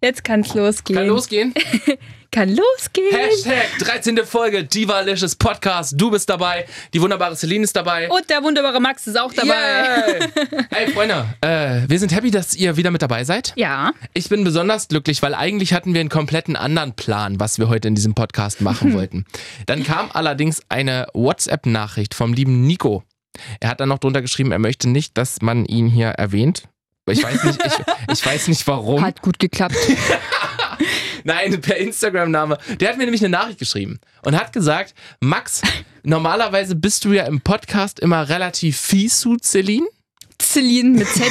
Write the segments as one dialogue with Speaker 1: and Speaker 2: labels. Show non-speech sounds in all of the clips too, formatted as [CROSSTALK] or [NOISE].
Speaker 1: Jetzt kann's losgehen.
Speaker 2: Kann losgehen.
Speaker 1: Kann losgehen.
Speaker 2: Hashtag 13. Folge Divalicious Podcast. Du bist dabei. Die wunderbare Celine ist dabei.
Speaker 1: Und der wunderbare Max ist auch dabei.
Speaker 2: Yay! Ey, Freunde, äh, wir sind happy, dass ihr wieder mit dabei seid.
Speaker 1: Ja.
Speaker 2: Ich bin besonders glücklich, weil eigentlich hatten wir einen kompletten anderen Plan, was wir heute in diesem
Speaker 1: [LAUGHS]
Speaker 2: Podcast machen wollten. Dann kam allerdings eine WhatsApp-Nachricht vom lieben Nico. Er hat dann noch drunter geschrieben, er möchte nicht, dass man ihn hier erwähnt. Ich weiß nicht, ich, ich weiß nicht warum.
Speaker 1: Hat gut [LAUGHS] geklappt.
Speaker 2: Nein, [LAUGHS] per Instagram-Name. Der hat mir nämlich eine Nachricht geschrieben und hat gesagt, Max, normalerweise bist du ja im Podcast immer relativ fies zu Celine.
Speaker 1: Celine mit Z.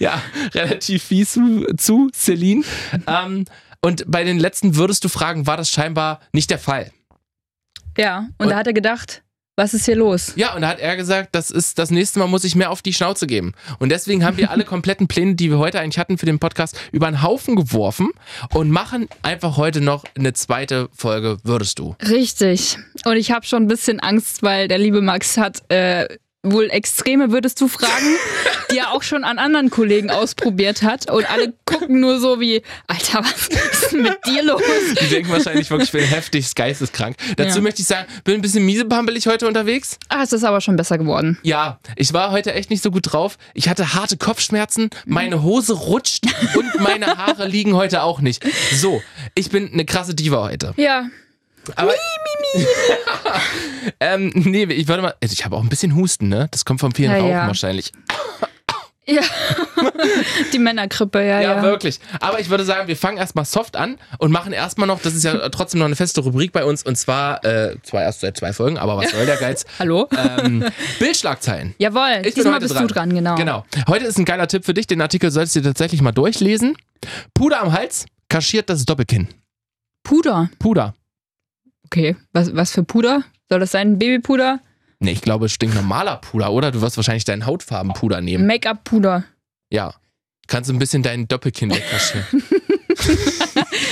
Speaker 2: Ja, relativ fies zu, zu Celine. Ähm, und bei den letzten würdest du fragen, war das scheinbar nicht der Fall.
Speaker 1: Ja. Und, da hat er gedacht, was ist hier los?
Speaker 2: Ja, und da hat er gesagt, das ist das nächste Mal muss ich mehr auf die Schnauze geben. Und deswegen haben wir alle kompletten Pläne, die wir heute eigentlich hatten für den Podcast, über den Haufen geworfen und machen einfach heute noch eine zweite Folge Würdest du.
Speaker 1: Richtig. Und ich habe schon ein bisschen Angst, weil der liebe Max hat äh, wohl extreme, würdest du fragen, die er auch schon an anderen Kollegen ausprobiert hat. Und alle gucken nur so wie, Alter, was ist denn mit dir los?
Speaker 2: Die denken wahrscheinlich wirklich, ich bin heftig, Sky ist krank. Dazu
Speaker 1: Ja.
Speaker 2: möchte ich sagen, bin ein bisschen miesepampelig heute unterwegs.
Speaker 1: Ah, es ist aber schon besser geworden.
Speaker 2: Ja, ich war heute echt nicht so gut drauf. Ich hatte harte Kopfschmerzen, meine Hose rutscht und meine Haare liegen heute auch nicht. So, ich bin eine krasse Diva heute.
Speaker 1: Ja.
Speaker 2: Aber, [LAUGHS] ähm, nee, ich warte mal. Ich habe auch ein bisschen Husten, ne? Das kommt vom vielen
Speaker 1: Ja,
Speaker 2: Rauchen
Speaker 1: ja.
Speaker 2: wahrscheinlich.
Speaker 1: Ja. [LAUGHS] Die Männerkrippe, ja,
Speaker 2: Ja,
Speaker 1: ja.
Speaker 2: wirklich. Aber ich würde sagen, wir fangen erstmal soft an und machen erstmal noch, das ist ja trotzdem noch eine feste Rubrik bei uns, und zwar, äh, zwar erst seit zwei Folgen, aber was soll der Geiz?
Speaker 1: Hallo?
Speaker 2: [LAUGHS] ähm, Bildschlagzeilen.
Speaker 1: Jawohl,
Speaker 2: Ich bin
Speaker 1: diesmal
Speaker 2: heute
Speaker 1: bist
Speaker 2: dran.
Speaker 1: du dran, genau.
Speaker 2: Genau. Heute ist ein geiler Tipp für dich, den Artikel solltest du dir tatsächlich mal durchlesen. Puder am Hals kaschiert das Doppelkinn.
Speaker 1: Puder.
Speaker 2: Puder.
Speaker 1: Okay, was, was für Puder? Soll das sein? Babypuder?
Speaker 2: Nee, ich glaube, stinknormaler Puder, oder? Du wirst wahrscheinlich deinen Hautfarbenpuder nehmen.
Speaker 1: Make-up-Puder.
Speaker 2: Ja. Kannst du ein bisschen deinen Doppelkinn wegkaschieren.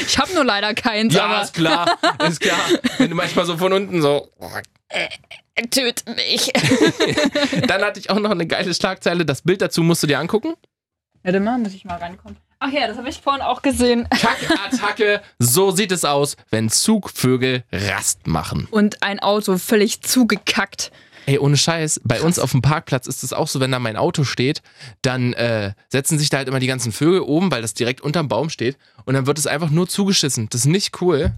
Speaker 1: Ich habe nur leider keins,
Speaker 2: [LAUGHS] ja,
Speaker 1: aber
Speaker 2: ist klar. Ist klar. Wenn du manchmal so von unten so.
Speaker 1: töt mich. [LAUGHS]
Speaker 2: Dann hatte ich auch noch eine geile Schlagzeile. Das Bild dazu musst du dir angucken.
Speaker 1: Warte mal, muss ich mal rankommen. Ach ja, das habe ich vorhin auch gesehen.
Speaker 2: Kackattacke. So sieht es aus, wenn Zugvögel Rast machen.
Speaker 1: Und ein Auto völlig zugekackt.
Speaker 2: Ey, ohne Scheiß, bei uns auf dem Parkplatz ist es auch so, wenn da mein Auto steht, dann äh, setzen sich da halt immer die ganzen Vögel oben, weil das direkt unterm Baum steht. Und dann wird es einfach nur zugeschissen. Das ist nicht cool.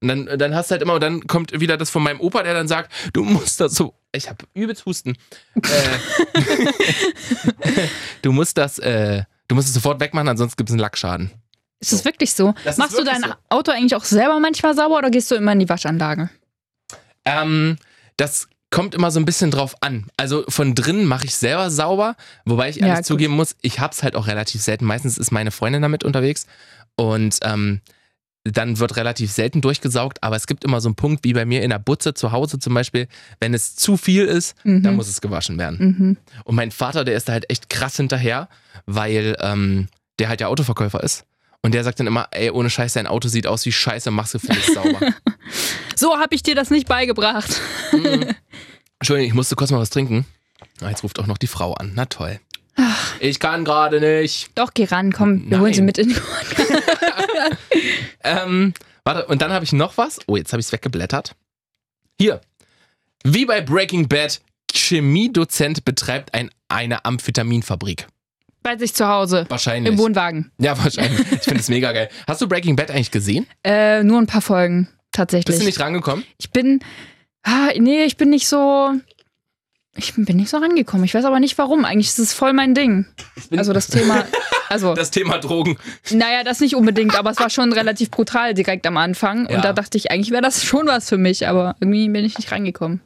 Speaker 2: Und dann, dann hast du halt immer, und dann kommt wieder das von meinem Opa, der dann sagt, du musst das so, ich hab übelst Husten. Äh, [LAUGHS] du musst das, äh, du musst es sofort wegmachen, ansonsten gibt es einen Lackschaden.
Speaker 1: Ist das wirklich so?
Speaker 2: Das ist
Speaker 1: Machst du
Speaker 2: wirklich
Speaker 1: dein
Speaker 2: so.
Speaker 1: Auto eigentlich auch selber manchmal sauber oder gehst du immer in die Waschanlage?
Speaker 2: Ähm, das kommt immer so ein bisschen drauf an. Also von drinnen mache ich selber sauber, wobei ich
Speaker 1: Ja,
Speaker 2: ehrlich
Speaker 1: gut.
Speaker 2: zugeben muss, ich hab's halt auch relativ selten. Meistens ist meine Freundin damit unterwegs und ähm, dann wird relativ selten durchgesaugt, aber es gibt immer so einen Punkt, wie bei mir in der Butze zu Hause zum Beispiel, wenn es zu viel ist, dann muss es gewaschen werden.
Speaker 1: Mhm.
Speaker 2: Und mein Vater, der ist da halt echt krass hinterher, weil ähm, der halt ja Autoverkäufer ist. Und der sagt dann immer, ey, ohne Scheiß, dein Auto sieht aus wie Scheiße, mach's
Speaker 1: [LAUGHS]
Speaker 2: gefälligst sauber.
Speaker 1: So habe ich dir das nicht beigebracht. [LAUGHS]
Speaker 2: Entschuldigung, ich musste kurz mal was trinken. Ah, Jetzt ruft auch noch die Frau an. Na toll. Ich kann gerade nicht.
Speaker 1: Doch, geh ran, komm, wir holen sie
Speaker 2: Nein.
Speaker 1: mit in [LAUGHS] die
Speaker 2: Ähm, warte, und dann habe ich noch was. Oh, jetzt habe ich es weggeblättert. Hier. Wie bei Breaking Bad, Chemiedozent betreibt ein, eine Amphetaminfabrik.
Speaker 1: Bei sich zu Hause.
Speaker 2: Wahrscheinlich.
Speaker 1: Im Wohnwagen.
Speaker 2: ja, wahrscheinlich. Ich finde es mega geil. Hast du Breaking Bad eigentlich gesehen?
Speaker 1: Äh, nur ein paar Folgen, tatsächlich.
Speaker 2: Bist du nicht rangekommen?
Speaker 1: Ich bin. Ah, nee, ich bin nicht so. Ich bin nicht so rangekommen. Ich weiß aber nicht warum. Eigentlich ist es voll mein Ding.
Speaker 2: bin-
Speaker 1: Also das Thema. Also,
Speaker 2: [LAUGHS] Das Thema Drogen.
Speaker 1: naja, das nicht unbedingt, aber es war schon relativ brutal direkt am Anfang.
Speaker 2: Ja.
Speaker 1: Und da dachte ich, eigentlich wäre das schon was für mich, aber irgendwie bin ich nicht rangekommen.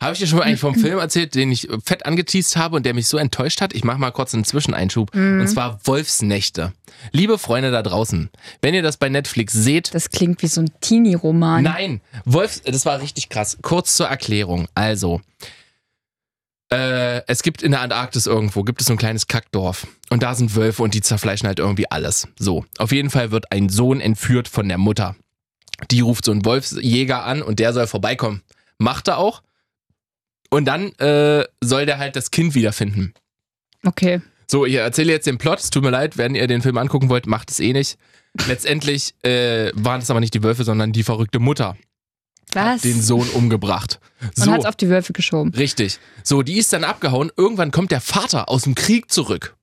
Speaker 2: Habe ich dir schon mal eigentlich vom Film erzählt, den ich äh, fett angeteased habe und der mich so enttäuscht hat? Ich mache mal kurz einen Zwischeneinschub. Und zwar Wolfsnächte. Liebe Freunde da draußen, wenn ihr das bei Netflix seht,
Speaker 1: Das klingt wie so ein Teenie-Roman.
Speaker 2: nein, Wolfs, das war richtig krass. Kurz zur Erklärung. Also, äh, es gibt in der Antarktis irgendwo, gibt es so ein kleines Kackdorf. Und da sind Wölfe und die zerfleischen halt irgendwie alles. So, auf jeden Fall wird ein Sohn entführt von der Mutter. Die ruft so einen Wolfsjäger an und der soll vorbeikommen. Macht er auch. Und dann äh, soll der halt das Kind wiederfinden.
Speaker 1: Okay.
Speaker 2: So, ich erzähle jetzt den Plot. Es tut mir leid, wenn ihr den Film angucken wollt, macht es eh nicht. Letztendlich äh, waren es aber nicht die Wölfe, sondern die verrückte Mutter.
Speaker 1: Was?
Speaker 2: Hat den Sohn umgebracht.
Speaker 1: Und
Speaker 2: So,
Speaker 1: hat's auf die Wölfe geschoben.
Speaker 2: richtig. So, die ist dann abgehauen. Irgendwann kommt der Vater aus dem
Speaker 1: [LAUGHS]
Speaker 2: Krieg zurück.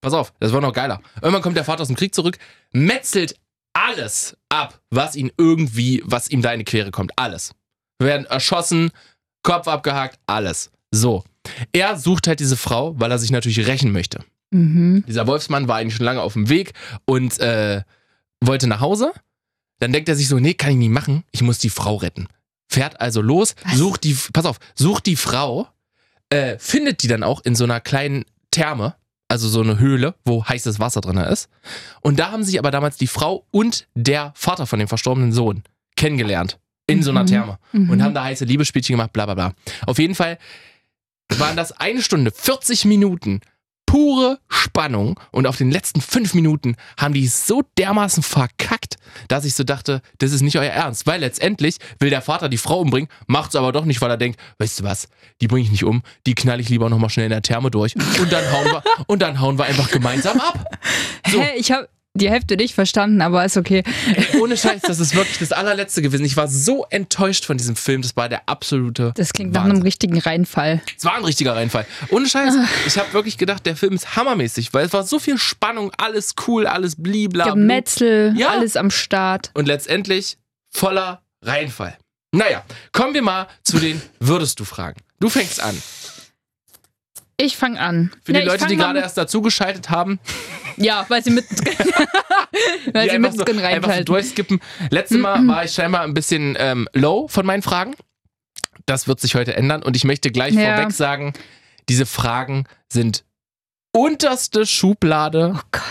Speaker 2: Pass auf, das war noch geiler. Irgendwann kommt der Vater aus dem Krieg zurück, metzelt alles ab, was ihn irgendwie, was ihm da in die Quere kommt. Alles. Wir werden erschossen, Kopf abgehakt, alles. So. Er sucht halt diese Frau, weil er sich natürlich rächen möchte.
Speaker 1: Mhm.
Speaker 2: Dieser Wolfsmann war eigentlich schon lange auf dem Weg und äh, wollte nach Hause. Dann denkt er sich so, nee, kann ich nicht machen. Ich muss die Frau retten. Fährt also los,
Speaker 1: Was?
Speaker 2: sucht die, pass auf, sucht die Frau, äh, findet die dann auch in so einer kleinen Therme, also so eine Höhle, wo heißes Wasser drin ist. Und da haben sich aber damals die Frau und der Vater von dem verstorbenen Sohn kennengelernt. In so einer
Speaker 1: Mhm.
Speaker 2: Therme
Speaker 1: Mhm.
Speaker 2: und haben da heiße Liebesspielchen gemacht, bla bla bla. Auf jeden Fall waren das eine Stunde, 40 Minuten pure Spannung und auf den letzten fünf Minuten haben die es so dermaßen verkackt, dass ich so dachte, das ist nicht euer Ernst, weil letztendlich will der Vater die Frau umbringen, macht's aber doch nicht, weil er denkt, weißt du was, die bringe ich nicht um, die knall ich lieber nochmal schnell in der Therme durch und dann
Speaker 1: [LAUGHS]
Speaker 2: hauen wir, und dann hauen wir einfach gemeinsam ab. So.
Speaker 1: Hä, ich habe die Hälfte nicht verstanden, aber ist okay.
Speaker 2: Ey, ohne Scheiß, das ist wirklich das allerletzte gewesen. Ich war so enttäuscht von diesem Film, das war der absolute
Speaker 1: Das klingt nach
Speaker 2: Wahnsinn.
Speaker 1: einem richtigen Reinfall.
Speaker 2: Es war ein richtiger Reinfall. Ohne Scheiß.
Speaker 1: Ah.
Speaker 2: Ich habe wirklich gedacht, der Film ist hammermäßig, weil es war so viel Spannung, alles cool, alles blibla.
Speaker 1: Gemetzel,
Speaker 2: Ja.
Speaker 1: alles am Start.
Speaker 2: Und letztendlich voller Reinfall. Naja, kommen wir mal zu den Würdest du fragen. Du fängst an.
Speaker 1: Ich fange an.
Speaker 2: Für
Speaker 1: Ja,
Speaker 2: die
Speaker 1: ich
Speaker 2: Leute,
Speaker 1: fang
Speaker 2: die
Speaker 1: mal
Speaker 2: gerade
Speaker 1: mit-
Speaker 2: erst dazugeschaltet haben,
Speaker 1: Ja, weil sie mit. [LAUGHS] weil
Speaker 2: die
Speaker 1: sie
Speaker 2: einfach,
Speaker 1: mit
Speaker 2: so,
Speaker 1: drin
Speaker 2: einfach so
Speaker 1: reinfallen.
Speaker 2: durchskippen.
Speaker 1: [LAUGHS]
Speaker 2: Letztes Mal war ich scheinbar ein bisschen ähm, low von meinen Fragen. Das wird sich heute ändern. Und ich möchte gleich
Speaker 1: Ja.
Speaker 2: vorweg sagen, diese Fragen sind unterste Schublade.
Speaker 1: Oh Gott.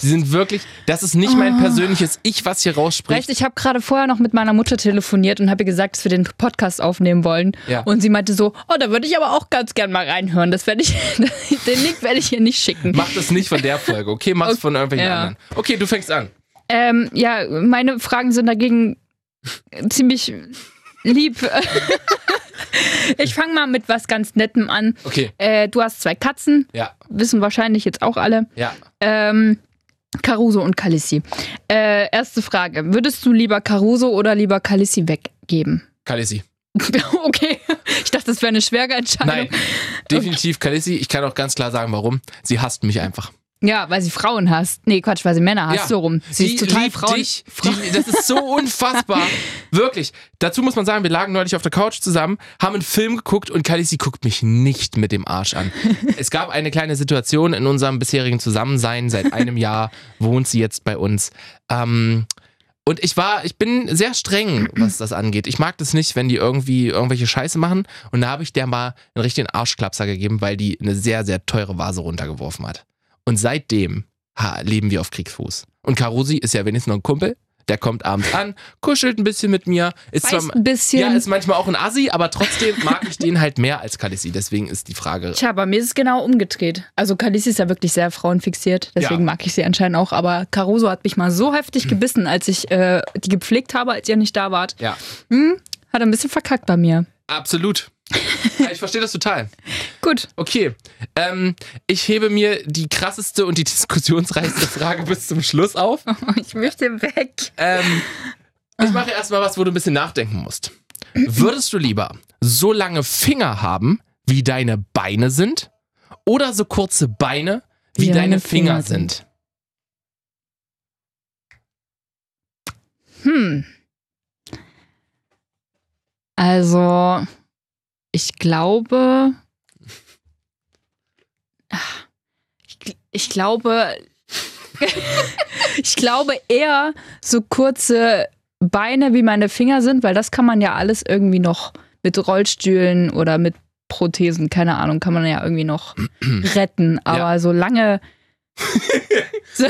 Speaker 2: Die sind wirklich, das ist nicht mein
Speaker 1: Ah.
Speaker 2: persönliches Ich, was hier
Speaker 1: Weißt,
Speaker 2: rausspricht.
Speaker 1: du, ich habe gerade vorher noch mit meiner Mutter telefoniert und habe ihr gesagt, dass wir den Podcast aufnehmen wollen.
Speaker 2: Ja.
Speaker 1: Und sie meinte so, oh, da würde ich aber auch ganz gern mal reinhören. Das werde ich, [LAUGHS] den Link werde ich ihr nicht schicken.
Speaker 2: Mach das nicht von der Folge, okay? Mach es von irgendwelchen
Speaker 1: ja.
Speaker 2: anderen. Okay, du fängst an.
Speaker 1: Ähm, ja, meine Fragen sind dagegen ziemlich lieb.
Speaker 2: [LAUGHS]
Speaker 1: ich fange mal mit was ganz Nettem an.
Speaker 2: Okay,
Speaker 1: Äh, du hast zwei Katzen,
Speaker 2: ja,
Speaker 1: wissen wahrscheinlich jetzt auch alle.
Speaker 2: ja.
Speaker 1: Ähm, Caruso und Calissi. Äh, erste Frage. Würdest du lieber Caruso oder lieber Calissi weggeben? [LAUGHS]
Speaker 2: Kalissi.
Speaker 1: okay. Ich dachte, das wäre eine schwere Entscheidung.
Speaker 2: Nein, definitiv Kalissi. Ich kann auch ganz klar sagen, warum. Sie hasst mich einfach.
Speaker 1: Ja, weil sie Frauen hasst. Nee, Quatsch, weil sie Männer hasst.
Speaker 2: Ja,
Speaker 1: So rum. Sie
Speaker 2: die
Speaker 1: ist total
Speaker 2: liebt
Speaker 1: Frauen.
Speaker 2: dich. Die, das ist so
Speaker 1: [LAUGHS]
Speaker 2: unfassbar. Wirklich. Dazu muss man sagen, wir lagen neulich auf der Couch zusammen, haben einen Film geguckt und Kalissi guckt mich nicht mit dem
Speaker 1: [LAUGHS]
Speaker 2: Arsch an. es gab eine kleine Situation in unserem bisherigen Zusammensein. Seit einem Jahr wohnt sie jetzt bei uns. Ähm, und ich war, ich bin sehr streng, was das angeht. Ich mag das nicht, wenn die irgendwie irgendwelche Scheiße machen. Und da habe ich der mal einen richtigen Arschklapser gegeben, weil die eine sehr, sehr teure Vase runtergeworfen hat. Und seitdem ha, leben wir auf Kriegsfuß. Und Karusi ist ja wenigstens noch ein Kumpel. Der kommt abends an, kuschelt ein bisschen mit mir. Ist zwar,
Speaker 1: Beißt ein bisschen.
Speaker 2: ja, ist manchmal auch ein Assi, aber trotzdem mag ich den halt mehr als Kalissi. Deswegen ist die Frage.
Speaker 1: Tja, bei mir ist es genau umgedreht. Also Kalisi ist ja wirklich sehr frauenfixiert, deswegen
Speaker 2: Ja. Hm.
Speaker 1: mag ich sie anscheinend auch. Aber Caruso hat mich mal so heftig gebissen, als ich äh, die gepflegt habe, als ihr nicht da wart.
Speaker 2: Ja,
Speaker 1: Hm, hat ein bisschen verkackt bei mir.
Speaker 2: absolut. Ja, ich verstehe das total.
Speaker 1: Gut,
Speaker 2: Okay, ähm, ich hebe mir die krasseste und die diskussionsreichste Frage bis zum Schluss auf.
Speaker 1: [LAUGHS] ich möchte weg.
Speaker 2: Ähm, ich mache erstmal was, wo du ein bisschen nachdenken musst. Würdest du lieber so lange Finger haben, wie deine Beine sind, oder so kurze Beine, wie
Speaker 1: Wie
Speaker 2: deine
Speaker 1: deine Finger
Speaker 2: Finger sind?
Speaker 1: Hm. Also, ich glaube. Ich, gl- ich glaube. [LAUGHS] ich glaube eher so kurze Beine wie meine Finger sind, weil das kann man ja alles irgendwie noch mit Rollstühlen oder mit Prothesen, keine Ahnung, kann man ja irgendwie noch retten. Aber so lange. so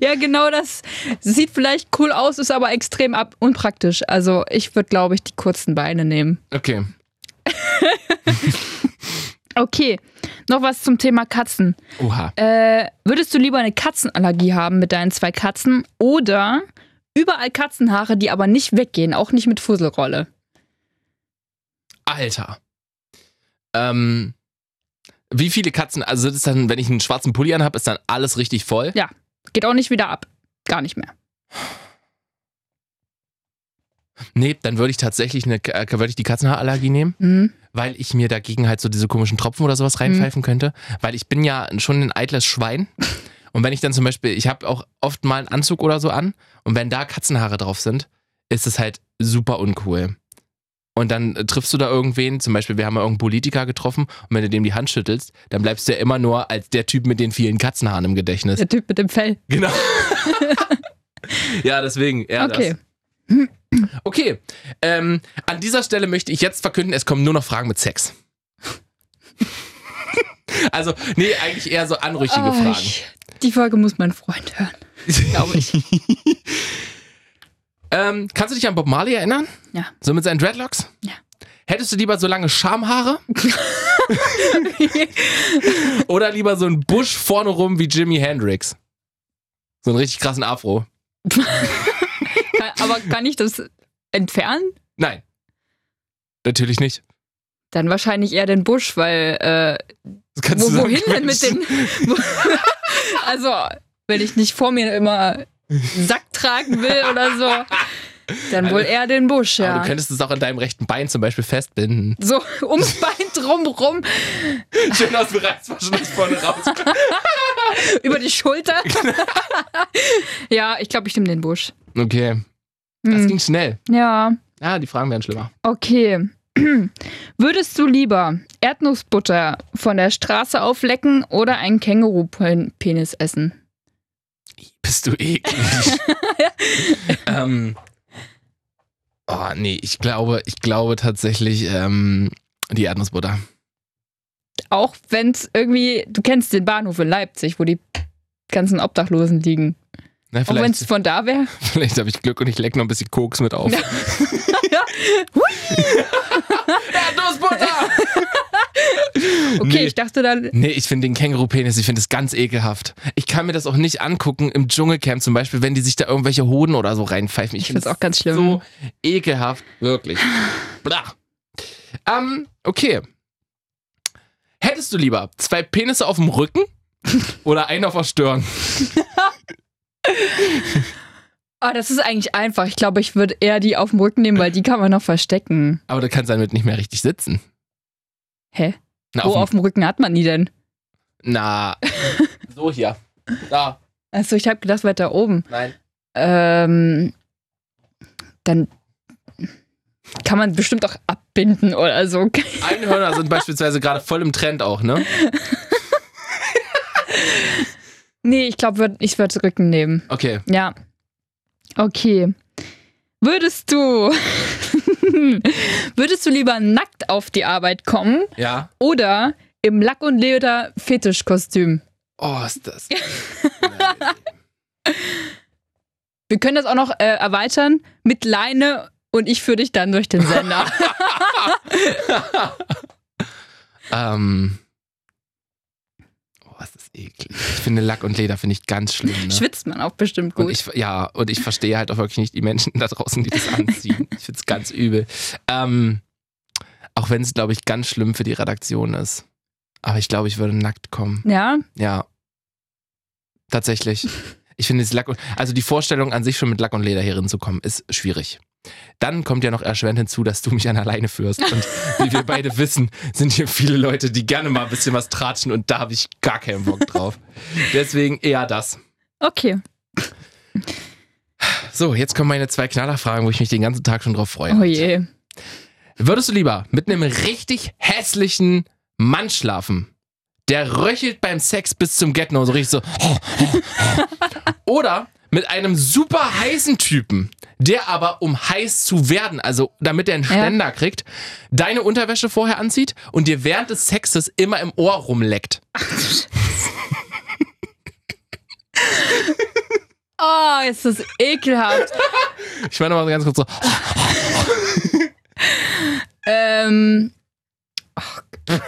Speaker 1: ja, genau das. Sieht vielleicht cool aus, ist aber extrem ab unpraktisch. Also ich würde, glaube ich, die kurzen Beine nehmen.
Speaker 2: Okay.
Speaker 1: Okay, noch was zum Thema Katzen.
Speaker 2: Oha.
Speaker 1: Äh, würdest du lieber eine Katzenallergie haben mit deinen zwei Katzen oder überall Katzenhaare, die aber nicht weggehen, auch nicht mit Fusselrolle?
Speaker 2: Alter. Ähm, Wie viele Katzen, also das ist dann, wenn ich einen schwarzen Pulli anhabe, ist dann alles richtig voll.
Speaker 1: Ja, geht auch nicht wieder ab. Gar nicht mehr.
Speaker 2: Nee, dann würde ich tatsächlich eine, äh, würde ich die Katzenhaarallergie nehmen,
Speaker 1: Mhm.
Speaker 2: weil ich mir dagegen halt so diese komischen Tropfen oder sowas reinpfeifen könnte. Weil ich bin ja schon ein eitles Schwein. Und wenn ich dann zum Beispiel, ich habe auch oft mal einen Anzug oder so an und wenn da Katzenhaare drauf sind, ist es halt super uncool. Und dann äh, triffst du da irgendwen, zum Beispiel, wir haben mal irgendeinen Politiker getroffen und wenn du dem die Hand schüttelst, dann bleibst du ja immer nur als der Typ mit den vielen Katzenhaaren im Gedächtnis.
Speaker 1: Der Typ mit dem Fell.
Speaker 2: Genau. [LAUGHS] ja, deswegen. Ja,
Speaker 1: okay.
Speaker 2: Das. Okay. Ähm, an dieser Stelle möchte ich jetzt verkünden, es kommen nur noch Fragen
Speaker 1: [LAUGHS]
Speaker 2: mit Sex. also, nee, eigentlich eher so anrüchige
Speaker 1: Oh,
Speaker 2: Fragen.
Speaker 1: ich- die Folge muss mein Freund
Speaker 2: [LAUGHS]
Speaker 1: hören.
Speaker 2: Glaube ich. ähm, kannst du dich an Bob Marley erinnern?
Speaker 1: Ja.
Speaker 2: So mit seinen Dreadlocks?
Speaker 1: Ja.
Speaker 2: Hättest du lieber so
Speaker 1: [LAUGHS]
Speaker 2: lange Schamhaare? Oder lieber so einen Busch vorne rum wie Jimi Hendrix? So einen richtig krassen Afro.
Speaker 1: Kann, aber kann ich das entfernen?
Speaker 2: Nein. Natürlich nicht.
Speaker 1: Dann wahrscheinlich eher den Busch, weil äh,
Speaker 2: Das kannst
Speaker 1: wo,
Speaker 2: du sagen,
Speaker 1: wohin denn mit
Speaker 2: Mensch.
Speaker 1: dem? [LAUGHS] Wo, also, wenn ich nicht vor mir immer Sack tragen will oder so, dann wohl
Speaker 2: Also-
Speaker 1: eher den Busch,
Speaker 2: Aber
Speaker 1: ja.
Speaker 2: du könntest es auch an deinem rechten Bein zum Beispiel festbinden.
Speaker 1: So ums Bein drumrum,
Speaker 2: Schön aus dem Reißverschluss vorne raus.
Speaker 1: über die Schulter.
Speaker 2: [LAUGHS]
Speaker 1: ja, ich glaube, ich nehme den Busch.
Speaker 2: Okay. Das
Speaker 1: Hm,
Speaker 2: ging schnell.
Speaker 1: ja,
Speaker 2: Ah, die Fragen werden schlimmer.
Speaker 1: okay. [CLEARS THROAT] Würdest du lieber Erdnussbutter von der Straße auflecken oder einen Känguru-Penis essen?
Speaker 2: Bist
Speaker 1: [LAUGHS]
Speaker 2: du eklig. ähm, oh, nee, ich glaube, ich glaube tatsächlich ähm, die Erdnussbutter.
Speaker 1: Auch wenn es irgendwie, du kennst den Bahnhof in Leipzig, wo die ganzen Obdachlosen liegen.
Speaker 2: Na,
Speaker 1: Auch wenn es
Speaker 2: vielleicht
Speaker 1: von da
Speaker 2: [LAUGHS]
Speaker 1: wäre.
Speaker 2: vielleicht habe ich Glück und ich leck noch ein bisschen Koks mit auf.
Speaker 1: [LAUGHS]
Speaker 2: [LAUGHS] Erdnussbutter!
Speaker 1: Okay,
Speaker 2: Nee.
Speaker 1: ich dachte dann,
Speaker 2: Nee, ich finde den Känguru-Penis, ich finde es ganz ekelhaft. Ich kann mir das auch nicht angucken im Dschungelcamp zum Beispiel, wenn die sich da irgendwelche Hoden oder so reinpfeifen. Ich,
Speaker 1: ich finde
Speaker 2: finde
Speaker 1: es auch ganz schlimm.
Speaker 2: so ekelhaft, wirklich. Blah. Ähm, okay. Hättest du lieber zwei Penisse auf
Speaker 1: [LAUGHS]
Speaker 2: dem Rücken oder einen auf der Stirn?
Speaker 1: Ah, das ist eigentlich einfach. Ich glaube, ich würde eher die auf dem Rücken nehmen, weil die kann man noch verstecken.
Speaker 2: Aber du kannst damit nicht mehr richtig sitzen.
Speaker 1: Hä?
Speaker 2: [LAUGHS] Na,
Speaker 1: Wo
Speaker 2: auf
Speaker 1: auf dem Rücken hat man die denn?
Speaker 2: dem-
Speaker 1: [LAUGHS]
Speaker 2: Na, so hier. Da,
Speaker 1: Achso, Also, ich habe gedacht, weiter oben.
Speaker 2: nein.
Speaker 1: Ähm, dann kann man bestimmt auch abbinden oder so. [LAUGHS]
Speaker 2: Einhörner sind beispielsweise gerade voll im Trend auch, ne?
Speaker 1: nee, ich glaube, würd, ich würde Rücken nehmen.
Speaker 2: Okay.
Speaker 1: Ja. Okay. Würdest du. [LAUGHS] würdest du lieber nackt auf die Arbeit kommen
Speaker 2: Ja.
Speaker 1: oder im Lack und Leder Fetischkostüm?
Speaker 2: Oh, ist das.
Speaker 1: [LAUGHS] Wir können das auch noch äh, erweitern mit Leine und ich führe dich dann durch den
Speaker 2: [LAUGHS]
Speaker 1: Sender.
Speaker 2: ähm. Oh, ist das eklig. Ich finde Lack und Leder finde ich ganz schlimm. Ne?
Speaker 1: Schwitzt man auch bestimmt
Speaker 2: Und
Speaker 1: gut.
Speaker 2: ich, ja, und ich verstehe halt auch wirklich nicht die Menschen da draußen, die das anziehen. Ich finde es ganz übel. Ähm, auch wenn es, glaube ich, ganz schlimm für die Redaktion ist. Aber ich glaube, ich würde nackt kommen.
Speaker 1: ja,
Speaker 2: Ja. Tatsächlich. Ich finde es Lack und, also die Vorstellung an sich schon mit Lack und Leder hier hinzukommen, ist schwierig. Dann kommt ja noch erschwerend hinzu, dass du mich an alleine führst. Und wie wir beide wissen, sind hier viele Leute, die gerne mal ein bisschen was tratschen und da habe ich gar keinen Bock drauf. Deswegen eher das.
Speaker 1: okay.
Speaker 2: So, jetzt kommen meine zwei Knallerfragen, wo ich mich den ganzen Tag schon drauf freue.
Speaker 1: Oh je.
Speaker 2: Würdest du lieber mit einem richtig hässlichen Mann schlafen, der röchelt beim Sex bis zum Get-No, so richtig so. [LAUGHS] oder mit einem super heißen Typen, der aber, um heiß zu werden, also damit er einen Ständer kriegt, deine Unterwäsche vorher anzieht und dir während des Sexes immer im Ohr rumleckt.
Speaker 1: Oh, ist das ekelhaft.
Speaker 2: Ich meine mal so ganz kurz so.
Speaker 1: ähm. oh, ach, Gott.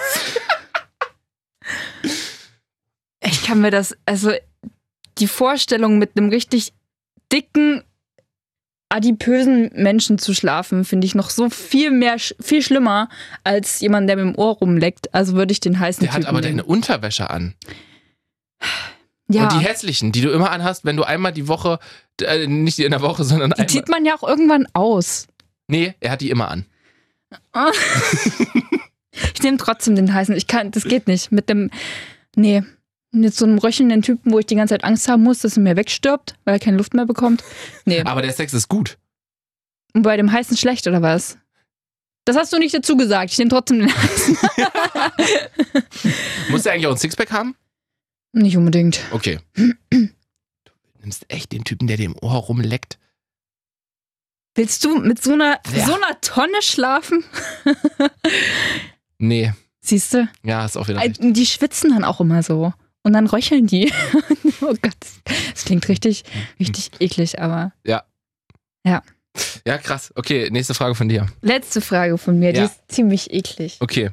Speaker 1: ich kann mir das, also die Vorstellung mit einem richtig dicken, adipösen Menschen zu schlafen, finde ich noch so viel mehr, sch- viel schlimmer als jemand, der mit dem Ohr rumleckt. Also würde ich den heißen
Speaker 2: Der hat
Speaker 1: Typen
Speaker 2: aber
Speaker 1: nehmen.
Speaker 2: deine Unterwäsche an.
Speaker 1: ja.
Speaker 2: Und die hässlichen, die du immer anhast, wenn du einmal die Woche, äh, nicht in der Woche, sondern
Speaker 1: Die
Speaker 2: einmal.
Speaker 1: zieht man ja auch irgendwann aus.
Speaker 2: Nee, er hat die immer an.
Speaker 1: Ich nehme trotzdem den heißen. Ich kann, das geht nicht. Mit dem, nee, mit so einem röchelnden Typen, wo ich die ganze Zeit Angst haben muss, dass er mir wegstirbt, weil er keine Luft mehr bekommt. Nee.
Speaker 2: Aber der Sex ist gut.
Speaker 1: Und bei dem heißen schlecht, oder was? Das hast du nicht dazu gesagt. Ich nehme trotzdem den heißen.
Speaker 2: Muss der eigentlich auch ein Sixpack haben?
Speaker 1: nicht unbedingt. [CLEARS THROAT]
Speaker 2: Okay. Du nimmst echt den Typen, der dir im Ohr rumleckt.
Speaker 1: Willst du mit so einer,
Speaker 2: Ja.
Speaker 1: so einer Tonne schlafen?
Speaker 2: Nee,
Speaker 1: Siehst du?
Speaker 2: ja, ist auch wieder
Speaker 1: Äh,
Speaker 2: recht.
Speaker 1: Die schwitzen dann auch immer so. Und dann röcheln die. [LAUGHS] oh Gott. Das klingt richtig, richtig eklig, aber.
Speaker 2: Ja, krass. Okay, nächste Frage von dir.
Speaker 1: Letzte Frage von mir,
Speaker 2: Ja.
Speaker 1: die ist ziemlich eklig.
Speaker 2: Okay.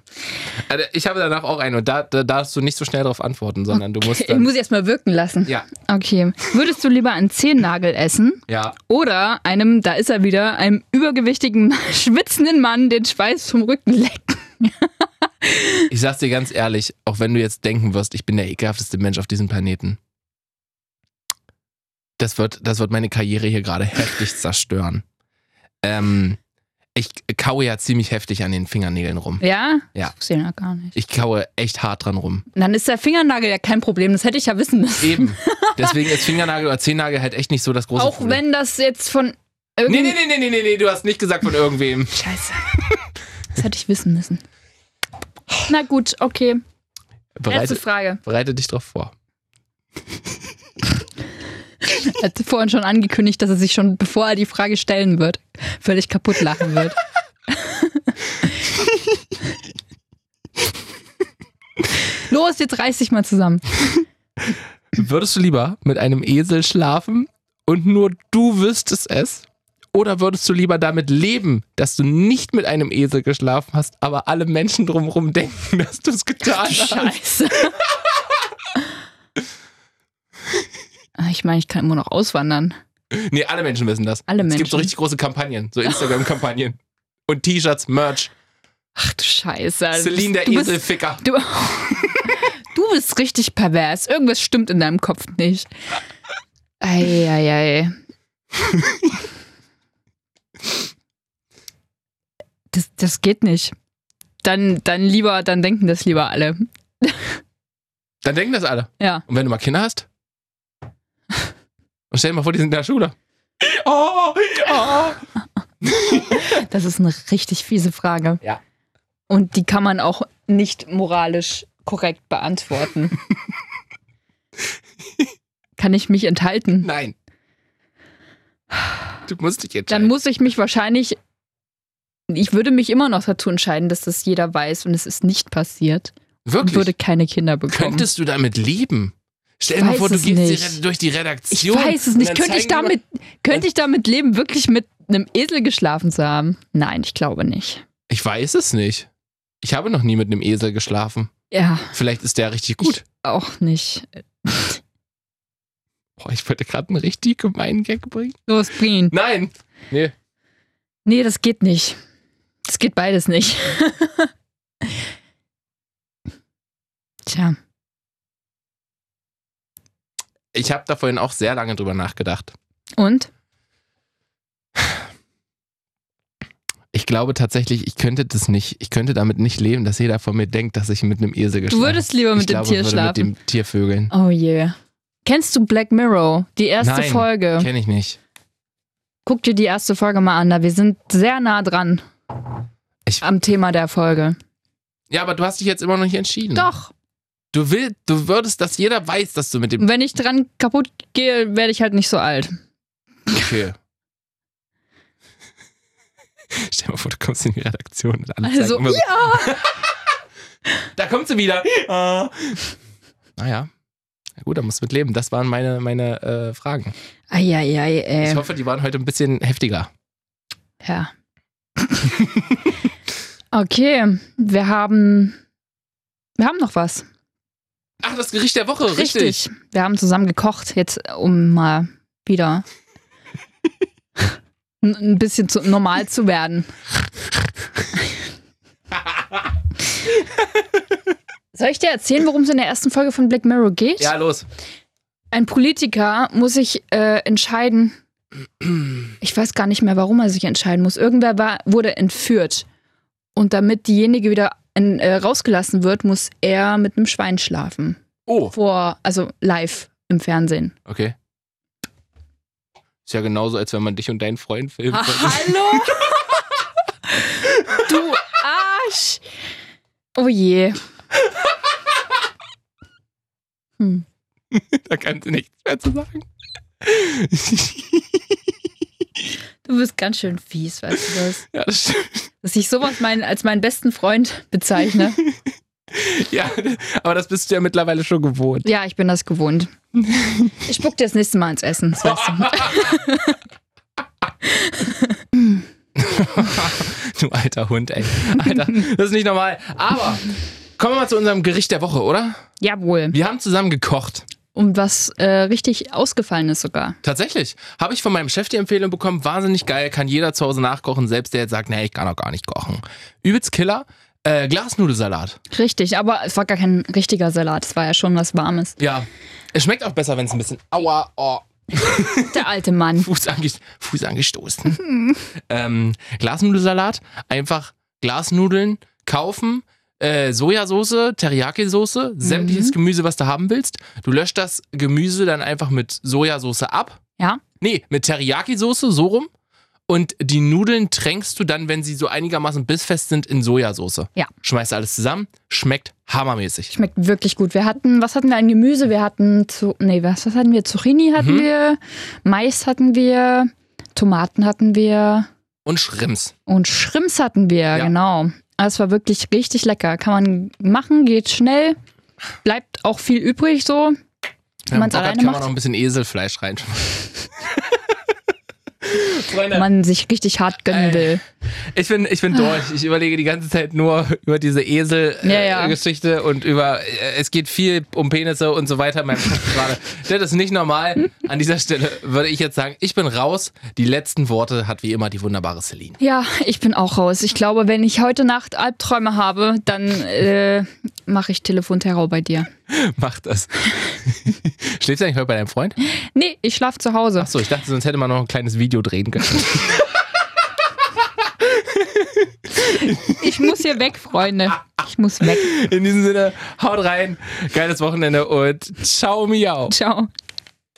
Speaker 2: Also ich habe danach auch eine und da, da darfst du nicht so schnell drauf antworten, sondern du musst
Speaker 1: Okay, ich
Speaker 2: dann.
Speaker 1: muss erstmal wirken lassen.
Speaker 2: Ja.
Speaker 1: Okay. Würdest du lieber einen Zehennagel essen
Speaker 2: Ja.
Speaker 1: oder einem, da ist er wieder, einem übergewichtigen, [LAUGHS] schwitzenden Mann den Schweiß vom Rücken lecken?
Speaker 2: Ich sag's dir ganz ehrlich, auch wenn du jetzt denken wirst, ich bin der ekelhafteste Mensch auf diesem Planeten. Das wird, das wird meine Karriere hier gerade heftig zerstören. Ähm, ich kaue ja ziemlich heftig an den Fingernägeln rum.
Speaker 1: Ja?
Speaker 2: Ja.
Speaker 1: Ich sehe ja gar nicht.
Speaker 2: Ich kaue echt hart dran rum.
Speaker 1: Dann ist der Fingernagel ja kein Problem, das hätte ich ja wissen müssen.
Speaker 2: Eben. Deswegen ist Fingernagel oder Zehennagel halt echt nicht so das große
Speaker 1: Auch
Speaker 2: Problem.
Speaker 1: wenn das jetzt von
Speaker 2: Nee,
Speaker 1: irgendeinem.
Speaker 2: nee, nee, nee, nee, nee, nee, du hast nicht gesagt von irgendwem.
Speaker 1: Scheiße. Das hätte ich wissen müssen. Na gut, okay. Letzte
Speaker 2: Bereite,
Speaker 1: Frage.
Speaker 2: bereite dich drauf vor.
Speaker 1: Er hat vorhin schon angekündigt, dass er sich schon, bevor er die Frage stellen wird, völlig kaputt lachen
Speaker 2: [LAUGHS]
Speaker 1: wird. Los, jetzt reiß dich mal zusammen.
Speaker 2: Würdest du lieber mit einem Esel schlafen und nur du wüsstest es? Oder würdest du lieber damit leben, dass du nicht mit einem Esel geschlafen hast, aber alle Menschen drumherum [LAUGHS] denken, dass du es getan hast?
Speaker 1: Scheiße. Ah, Ich meine, ich kann immer noch auswandern.
Speaker 2: Nee, alle Menschen wissen das.
Speaker 1: Alle
Speaker 2: Es gibt so
Speaker 1: Menschen.
Speaker 2: richtig große Kampagnen,
Speaker 1: [LAUGHS]
Speaker 2: so Instagram-Kampagnen. Und T-Shirts, Merch.
Speaker 1: Ach du Scheiße. Du
Speaker 2: Celine, der
Speaker 1: bist- Also du bist-
Speaker 2: Eselficker.
Speaker 1: Du, [LAUGHS] du bist richtig pervers. Irgendwas stimmt in deinem Kopf nicht. Eieiei. Das, das geht nicht. Dann, dann lieber, dann denken das lieber alle.
Speaker 2: Dann denken das alle.
Speaker 1: Ja.
Speaker 2: Und wenn du mal Kinder hast? Und stell dir mal vor, die sind in der Schule. Oh, oh.
Speaker 1: Das ist eine richtig fiese Frage.
Speaker 2: Ja.
Speaker 1: Und die kann man auch nicht moralisch korrekt beantworten. kann ich mich enthalten?
Speaker 2: Nein. Du musst dich jetzt.
Speaker 1: dann muss ich mich wahrscheinlich, ich würde mich immer noch dazu entscheiden, dass das jeder weiß und es ist nicht passiert und
Speaker 2: Wirklich?
Speaker 1: würde keine Kinder bekommen.
Speaker 2: Könntest du damit leben? Stell dir mal
Speaker 1: weiß
Speaker 2: vor, du
Speaker 1: es
Speaker 2: gehst
Speaker 1: nicht.
Speaker 2: die- durch die
Speaker 1: ich
Speaker 2: Redaktion.
Speaker 1: weiß es
Speaker 2: und
Speaker 1: nicht.
Speaker 2: dann
Speaker 1: Könnte ich,
Speaker 2: zeigen die
Speaker 1: damit, könnte ich damit leben, wirklich mit einem Esel geschlafen zu haben? Nein, ich glaube nicht.
Speaker 2: mal- Ich weiß es nicht. Ich habe noch nie mit einem Esel geschlafen.
Speaker 1: Ja,
Speaker 2: Vielleicht ist der richtig gut.
Speaker 1: auch nicht.
Speaker 2: Boah, ich wollte gerade einen richtig gemeinen Gag bringen.
Speaker 1: Los, bring ihn.
Speaker 2: Nein. Nee.
Speaker 1: Nee, das geht nicht. Das geht beides nicht. [LAUGHS] Tja,
Speaker 2: Ich habe da vorhin auch sehr lange drüber nachgedacht.
Speaker 1: und?
Speaker 2: Ich glaube tatsächlich, ich könnte das nicht. Ich könnte damit nicht leben, dass jeder von mir denkt, dass ich mit einem
Speaker 1: Du
Speaker 2: Esel geschlafen habe.
Speaker 1: würdest lieber
Speaker 2: Ich
Speaker 1: mit dem
Speaker 2: glaube,
Speaker 1: Tier
Speaker 2: würde
Speaker 1: schlafen.
Speaker 2: Mit dem Tier vögeln.
Speaker 1: Oh je. Kennst du Black Mirror? Die erste
Speaker 2: Nein.
Speaker 1: Folge.
Speaker 2: Kenn ich nicht.
Speaker 1: Guck dir die erste Folge mal an, da wir sind sehr nah dran
Speaker 2: Ich-
Speaker 1: am Thema der Folge.
Speaker 2: Ja, aber du hast dich jetzt immer noch nicht entschieden.
Speaker 1: Doch.
Speaker 2: Du willst, du würdest, dass jeder weiß, dass du mit dem
Speaker 1: Wenn ich dran kaputt gehe, werde ich halt nicht so alt.
Speaker 2: Okay. Stell dir mal vor, du kommst in die Redaktion und alle
Speaker 1: Also,
Speaker 2: zeigen immer so,
Speaker 1: ja.
Speaker 2: da kommt sie wieder. Ah. Naja. Na gut, da musst du mit leben. Das waren meine, meine äh, Fragen.
Speaker 1: Eieiei, ey.
Speaker 2: Ich hoffe, die waren heute ein bisschen heftiger.
Speaker 1: äh, Ja. [LAUGHS] okay, wir haben. Wir haben noch was.
Speaker 2: Ach, das Gericht der Woche, richtig.
Speaker 1: äh,
Speaker 2: [LAUGHS]
Speaker 1: Wir haben zusammen gekocht, jetzt um mal wieder N- ein bisschen zu, normal zu werden. Soll ich dir erzählen, worum es in der ersten Folge von Black Mirror geht?
Speaker 2: Ja, los.
Speaker 1: Ein Politiker muss sich äh, entscheiden. Ich weiß gar nicht mehr, warum er sich entscheiden muss. Irgendwer war, wurde entführt. Und damit diejenige wieder in, äh, rausgelassen wird, muss er mit einem Schwein schlafen.
Speaker 2: Oh,
Speaker 1: Vor, also live im Fernsehen.
Speaker 2: okay. Ist ja genauso, als wenn man dich und deinen Freund [LAUGHS] filmt.
Speaker 1: Ah, hallo? du Arsch! Oh je. Hm.
Speaker 2: da kann sie nichts mehr zu sagen.
Speaker 1: Du bist ganz schön fies, weißt du das?
Speaker 2: ja, das stimmt.
Speaker 1: Dass ich sowas mein, als meinen besten Freund bezeichne.
Speaker 2: Ja, aber das bist du ja mittlerweile schon gewohnt.
Speaker 1: Ja, ich bin das gewohnt. Ich spuck dir das nächste Mal ins Essen. Das weißt [LAUGHS] du.
Speaker 2: Du alter Hund, ey. Alter, das ist nicht normal. Aber kommen wir mal zu unserem Gericht der Woche, oder?
Speaker 1: Jawohl.
Speaker 2: Wir haben zusammen gekocht.
Speaker 1: Und was äh, richtig ausgefallen ist sogar.
Speaker 2: Tatsächlich. Habe ich von meinem Chef die Empfehlung bekommen. Wahnsinnig geil. Kann jeder zu Hause nachkochen. Selbst der jetzt sagt, nee, ich kann doch gar nicht kochen. Übelst Killer. Äh, Glasnudelsalat.
Speaker 1: Richtig, aber es war gar kein richtiger Salat. Es war ja schon was Warmes.
Speaker 2: Ja. Es schmeckt auch besser, wenn es ein bisschen. Aua, oh,
Speaker 1: Der alte Mann.
Speaker 2: Fuß, ange Fuß angestoßen. ähm, Glasnudelsalat. Einfach Glasnudeln kaufen. Äh, Sojasauce, Teriyaki-Soße, sämtliches
Speaker 1: Mhm.
Speaker 2: Gemüse, was du haben willst. Du löscht das Gemüse dann einfach mit Sojasauce ab.
Speaker 1: Ja?
Speaker 2: Nee, mit Teriyaki-Soße, so rum. Und die Nudeln tränkst du dann, wenn sie so einigermaßen bissfest sind, in Sojasauce.
Speaker 1: Ja.
Speaker 2: Schmeißt alles zusammen, schmeckt hammermäßig.
Speaker 1: Schmeckt wirklich gut. Wir hatten, was hatten wir an Gemüse? Wir hatten, zu, nee, was, was hatten wir? Zucchini hatten
Speaker 2: Mhm.
Speaker 1: wir, Mais hatten wir, Tomaten hatten wir
Speaker 2: Und Schrimps.
Speaker 1: und Schrimps hatten wir,
Speaker 2: Ja.
Speaker 1: genau. Es war wirklich richtig lecker. Kann man machen, geht schnell, bleibt auch viel übrig so. Wenn man's
Speaker 2: Bock hat,
Speaker 1: alleine
Speaker 2: kann man
Speaker 1: macht.
Speaker 2: noch ein bisschen
Speaker 1: [LAUGHS]
Speaker 2: Eselfleisch rein. Freunde,
Speaker 1: wenn man sich richtig hart gönnen
Speaker 2: Ey.
Speaker 1: will.
Speaker 2: Ich bin, ich bin durch. Ich überlege die ganze Zeit nur über diese Esel-Geschichte äh,
Speaker 1: Ja, ja.
Speaker 2: Geschichte und über, äh, es geht viel um Penisse und so weiter in meinem Kopf gerade. Das ist nicht normal. An dieser Stelle würde ich jetzt sagen, ich bin raus. Die letzten Worte hat wie immer die wunderbare Celine. [LAUGHS]
Speaker 1: Ja, ich bin auch raus. Ich glaube, wenn ich heute Nacht Albträume habe, dann äh, mache ich Telefonterror bei dir.
Speaker 2: Mach das. Schläfst du eigentlich heute bei deinem Freund?
Speaker 1: Nee, ich schlafe zu Hause.
Speaker 2: Achso, ich dachte, sonst hätte man noch ein kleines Video drehen können.
Speaker 1: Ich muss hier weg, Freunde. Ich muss weg.
Speaker 2: In diesem Sinne, haut rein, geiles Wochenende und ciao, miau.
Speaker 1: Ciao.